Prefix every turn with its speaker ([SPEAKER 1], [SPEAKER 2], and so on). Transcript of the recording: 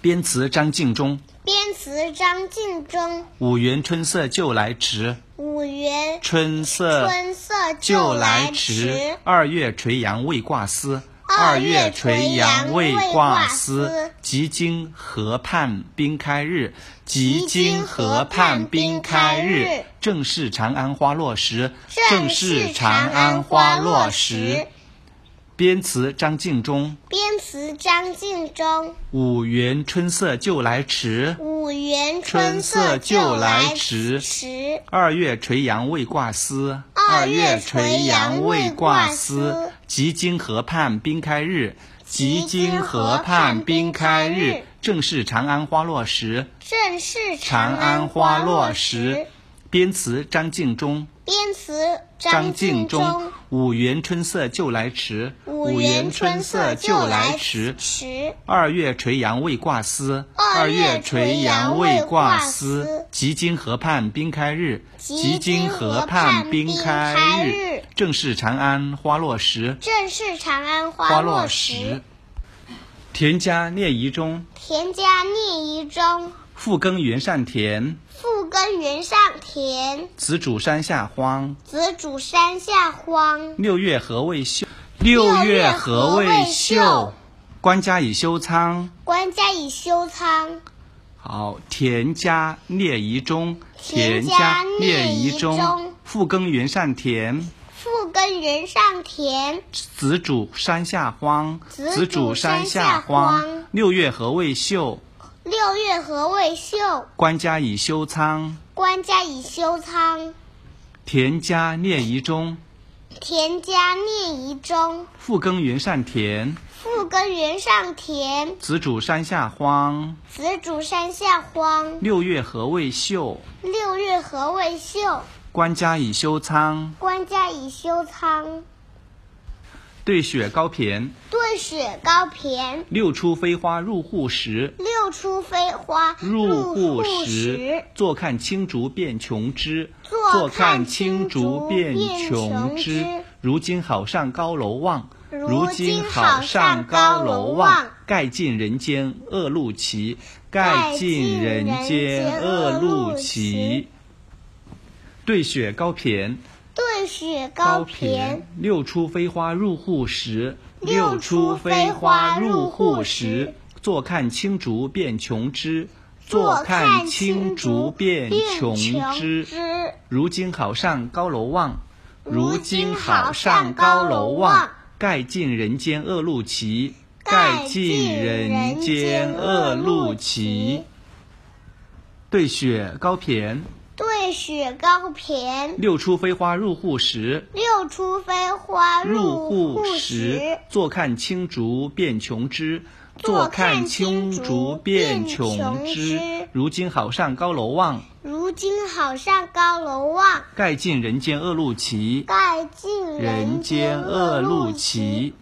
[SPEAKER 1] 编词张敬忠，
[SPEAKER 2] 编词张敬忠。
[SPEAKER 1] 五园春色旧来迟，
[SPEAKER 2] 五园
[SPEAKER 1] 春色
[SPEAKER 2] 春色
[SPEAKER 1] 旧
[SPEAKER 2] 来
[SPEAKER 1] 来迟。二月垂杨未挂丝，
[SPEAKER 2] 二
[SPEAKER 1] 月
[SPEAKER 2] 月
[SPEAKER 1] 垂
[SPEAKER 2] 垂
[SPEAKER 1] 杨
[SPEAKER 2] 杨
[SPEAKER 1] 未挂
[SPEAKER 2] 未挂
[SPEAKER 1] 丝
[SPEAKER 2] 丝。
[SPEAKER 1] 即今河畔冰开日，即
[SPEAKER 2] 即
[SPEAKER 1] 今
[SPEAKER 2] 今
[SPEAKER 1] 河
[SPEAKER 2] 河
[SPEAKER 1] 畔
[SPEAKER 2] 畔
[SPEAKER 1] 冰
[SPEAKER 2] 冰
[SPEAKER 1] 开
[SPEAKER 2] 开
[SPEAKER 1] 日
[SPEAKER 2] 日。
[SPEAKER 1] 正是长安花落时，
[SPEAKER 2] 正
[SPEAKER 1] 是
[SPEAKER 2] 是
[SPEAKER 1] 长
[SPEAKER 2] 长
[SPEAKER 1] 安
[SPEAKER 2] 安
[SPEAKER 1] 花
[SPEAKER 2] 花
[SPEAKER 1] 落
[SPEAKER 2] 落
[SPEAKER 1] 时
[SPEAKER 2] 时。
[SPEAKER 1] 编词张敬忠，
[SPEAKER 2] 编词张敬忠。
[SPEAKER 1] 五园春色旧来迟。
[SPEAKER 2] 五园
[SPEAKER 1] 春
[SPEAKER 2] 春
[SPEAKER 1] 色
[SPEAKER 2] 色
[SPEAKER 1] 旧
[SPEAKER 2] 旧
[SPEAKER 1] 来
[SPEAKER 2] 来
[SPEAKER 1] 迟
[SPEAKER 2] 迟。
[SPEAKER 1] 二月垂杨未挂丝，
[SPEAKER 2] 二月垂杨
[SPEAKER 1] 未
[SPEAKER 2] 未
[SPEAKER 1] 挂
[SPEAKER 2] 挂
[SPEAKER 1] 丝
[SPEAKER 2] 丝。
[SPEAKER 1] 即今河畔冰开日，即今
[SPEAKER 2] 今
[SPEAKER 1] 河
[SPEAKER 2] 河
[SPEAKER 1] 畔冰
[SPEAKER 2] 畔冰
[SPEAKER 1] 开
[SPEAKER 2] 开
[SPEAKER 1] 日
[SPEAKER 2] 日。
[SPEAKER 1] 正是长安花落时，
[SPEAKER 2] 正是
[SPEAKER 1] 长
[SPEAKER 2] 长
[SPEAKER 1] 安
[SPEAKER 2] 安
[SPEAKER 1] 花
[SPEAKER 2] 花
[SPEAKER 1] 落
[SPEAKER 2] 落
[SPEAKER 1] 时
[SPEAKER 2] 时。。
[SPEAKER 1] 编词张敬忠，
[SPEAKER 2] 编词
[SPEAKER 1] 张
[SPEAKER 2] 张
[SPEAKER 1] 敬
[SPEAKER 2] 敬
[SPEAKER 1] 忠
[SPEAKER 2] 忠。。
[SPEAKER 1] 五园春色旧来迟，
[SPEAKER 2] 五园春色旧来
[SPEAKER 1] 迟
[SPEAKER 2] 迟。。迟
[SPEAKER 1] 二月垂杨未挂丝，
[SPEAKER 2] 二
[SPEAKER 1] 月
[SPEAKER 2] 月
[SPEAKER 1] 垂
[SPEAKER 2] 垂
[SPEAKER 1] 杨
[SPEAKER 2] 杨
[SPEAKER 1] 未
[SPEAKER 2] 未
[SPEAKER 1] 挂
[SPEAKER 2] 挂
[SPEAKER 1] 丝
[SPEAKER 2] 丝。
[SPEAKER 1] 即今河畔冰开日，
[SPEAKER 2] 即
[SPEAKER 1] 今
[SPEAKER 2] 今
[SPEAKER 1] 河
[SPEAKER 2] 河
[SPEAKER 1] 畔
[SPEAKER 2] 畔
[SPEAKER 1] 冰
[SPEAKER 2] 冰
[SPEAKER 1] 开
[SPEAKER 2] 开
[SPEAKER 1] 日
[SPEAKER 2] 日。
[SPEAKER 1] 正是长安花落时，
[SPEAKER 2] 正是长安
[SPEAKER 1] 花
[SPEAKER 2] 花
[SPEAKER 1] 落
[SPEAKER 2] 落
[SPEAKER 1] 时
[SPEAKER 2] 时。。
[SPEAKER 1] 田家列夷中，
[SPEAKER 2] 田家聂夷中，
[SPEAKER 1] 复耕原上田，
[SPEAKER 2] 复耕原上田。
[SPEAKER 1] 子主山下荒。
[SPEAKER 2] 子主山下荒。
[SPEAKER 1] 六月何未休？
[SPEAKER 2] 六
[SPEAKER 1] 月
[SPEAKER 2] 月
[SPEAKER 1] 何
[SPEAKER 2] 何
[SPEAKER 1] 未
[SPEAKER 2] 未
[SPEAKER 1] 休
[SPEAKER 2] 休？
[SPEAKER 1] 官家以修仓。
[SPEAKER 2] 官家以修仓。
[SPEAKER 1] 好，田家列夷中，
[SPEAKER 2] 田
[SPEAKER 1] 家
[SPEAKER 2] 家
[SPEAKER 1] 列
[SPEAKER 2] 列
[SPEAKER 1] 夷
[SPEAKER 2] 夷
[SPEAKER 1] 中
[SPEAKER 2] 中，
[SPEAKER 1] 复耕原上田，
[SPEAKER 2] 复耕原上田。
[SPEAKER 1] 子主山下荒，主
[SPEAKER 2] 子主山
[SPEAKER 1] 下
[SPEAKER 2] 下荒。
[SPEAKER 1] 六月何未休？
[SPEAKER 2] 六月何未休？
[SPEAKER 1] 官家以修仓，
[SPEAKER 2] 官家以修仓。
[SPEAKER 1] 田家列夷中，
[SPEAKER 2] 田家聂夷中，
[SPEAKER 1] 复耕原上田，
[SPEAKER 2] 复耕原上田。
[SPEAKER 1] 子主山下荒。
[SPEAKER 2] 子主山下荒。
[SPEAKER 1] 六月何未休？
[SPEAKER 2] 六月何未休？
[SPEAKER 1] 官家以修仓，
[SPEAKER 2] 官家以修仓。
[SPEAKER 1] 对雪高骈。
[SPEAKER 2] 对雪高骈。
[SPEAKER 1] 六出飞花入户时，
[SPEAKER 2] 六出飞花
[SPEAKER 1] 入户
[SPEAKER 2] 户
[SPEAKER 1] 时
[SPEAKER 2] 时，，
[SPEAKER 1] 坐看青竹变琼枝。
[SPEAKER 2] 坐看
[SPEAKER 1] 看
[SPEAKER 2] 青
[SPEAKER 1] 青
[SPEAKER 2] 竹
[SPEAKER 1] 竹
[SPEAKER 2] 变
[SPEAKER 1] 变
[SPEAKER 2] 琼
[SPEAKER 1] 琼
[SPEAKER 2] 枝。
[SPEAKER 1] 如今好上高楼望。
[SPEAKER 2] 如
[SPEAKER 1] 今
[SPEAKER 2] 今
[SPEAKER 1] 好
[SPEAKER 2] 好
[SPEAKER 1] 上
[SPEAKER 2] 上
[SPEAKER 1] 高
[SPEAKER 2] 高
[SPEAKER 1] 楼
[SPEAKER 2] 楼
[SPEAKER 1] 望
[SPEAKER 2] 望，
[SPEAKER 1] 盖尽人间恶路奇，盖尽人间恶路奇。对雪高骈，
[SPEAKER 2] 对雪
[SPEAKER 1] 高
[SPEAKER 2] 高
[SPEAKER 1] 骈
[SPEAKER 2] 骈。
[SPEAKER 1] 六出飞花入户时，
[SPEAKER 2] 六出飞花入户时
[SPEAKER 1] 坐看青竹变琼枝，
[SPEAKER 2] 坐
[SPEAKER 1] 看
[SPEAKER 2] 看
[SPEAKER 1] 青
[SPEAKER 2] 青
[SPEAKER 1] 竹
[SPEAKER 2] 竹
[SPEAKER 1] 变
[SPEAKER 2] 变
[SPEAKER 1] 琼
[SPEAKER 2] 琼
[SPEAKER 1] 枝
[SPEAKER 2] 枝。
[SPEAKER 1] 如今好上高楼望，
[SPEAKER 2] 如今好上高楼望，
[SPEAKER 1] 盖尽人间恶路奇，
[SPEAKER 2] 盖尽人间恶路奇。
[SPEAKER 1] 对雪高骈，
[SPEAKER 2] 对雪高骈。
[SPEAKER 1] 六出飞花入户时，
[SPEAKER 2] 六出飞花
[SPEAKER 1] 入
[SPEAKER 2] 入
[SPEAKER 1] 户
[SPEAKER 2] 户
[SPEAKER 1] 时
[SPEAKER 2] 时，
[SPEAKER 1] 坐看青竹变琼枝。
[SPEAKER 2] 坐
[SPEAKER 1] 坐
[SPEAKER 2] 看
[SPEAKER 1] 看
[SPEAKER 2] 青
[SPEAKER 1] 青竹
[SPEAKER 2] 竹
[SPEAKER 1] 变
[SPEAKER 2] 变
[SPEAKER 1] 琼
[SPEAKER 2] 琼
[SPEAKER 1] 枝
[SPEAKER 2] 枝，
[SPEAKER 1] 如今好上高楼望，
[SPEAKER 2] 如今好上高楼望，
[SPEAKER 1] 盖尽人间恶路奇。
[SPEAKER 2] 盖尽
[SPEAKER 1] 人
[SPEAKER 2] 人
[SPEAKER 1] 间
[SPEAKER 2] 间
[SPEAKER 1] 恶
[SPEAKER 2] 恶
[SPEAKER 1] 路
[SPEAKER 2] 路
[SPEAKER 1] 奇
[SPEAKER 2] 奇。。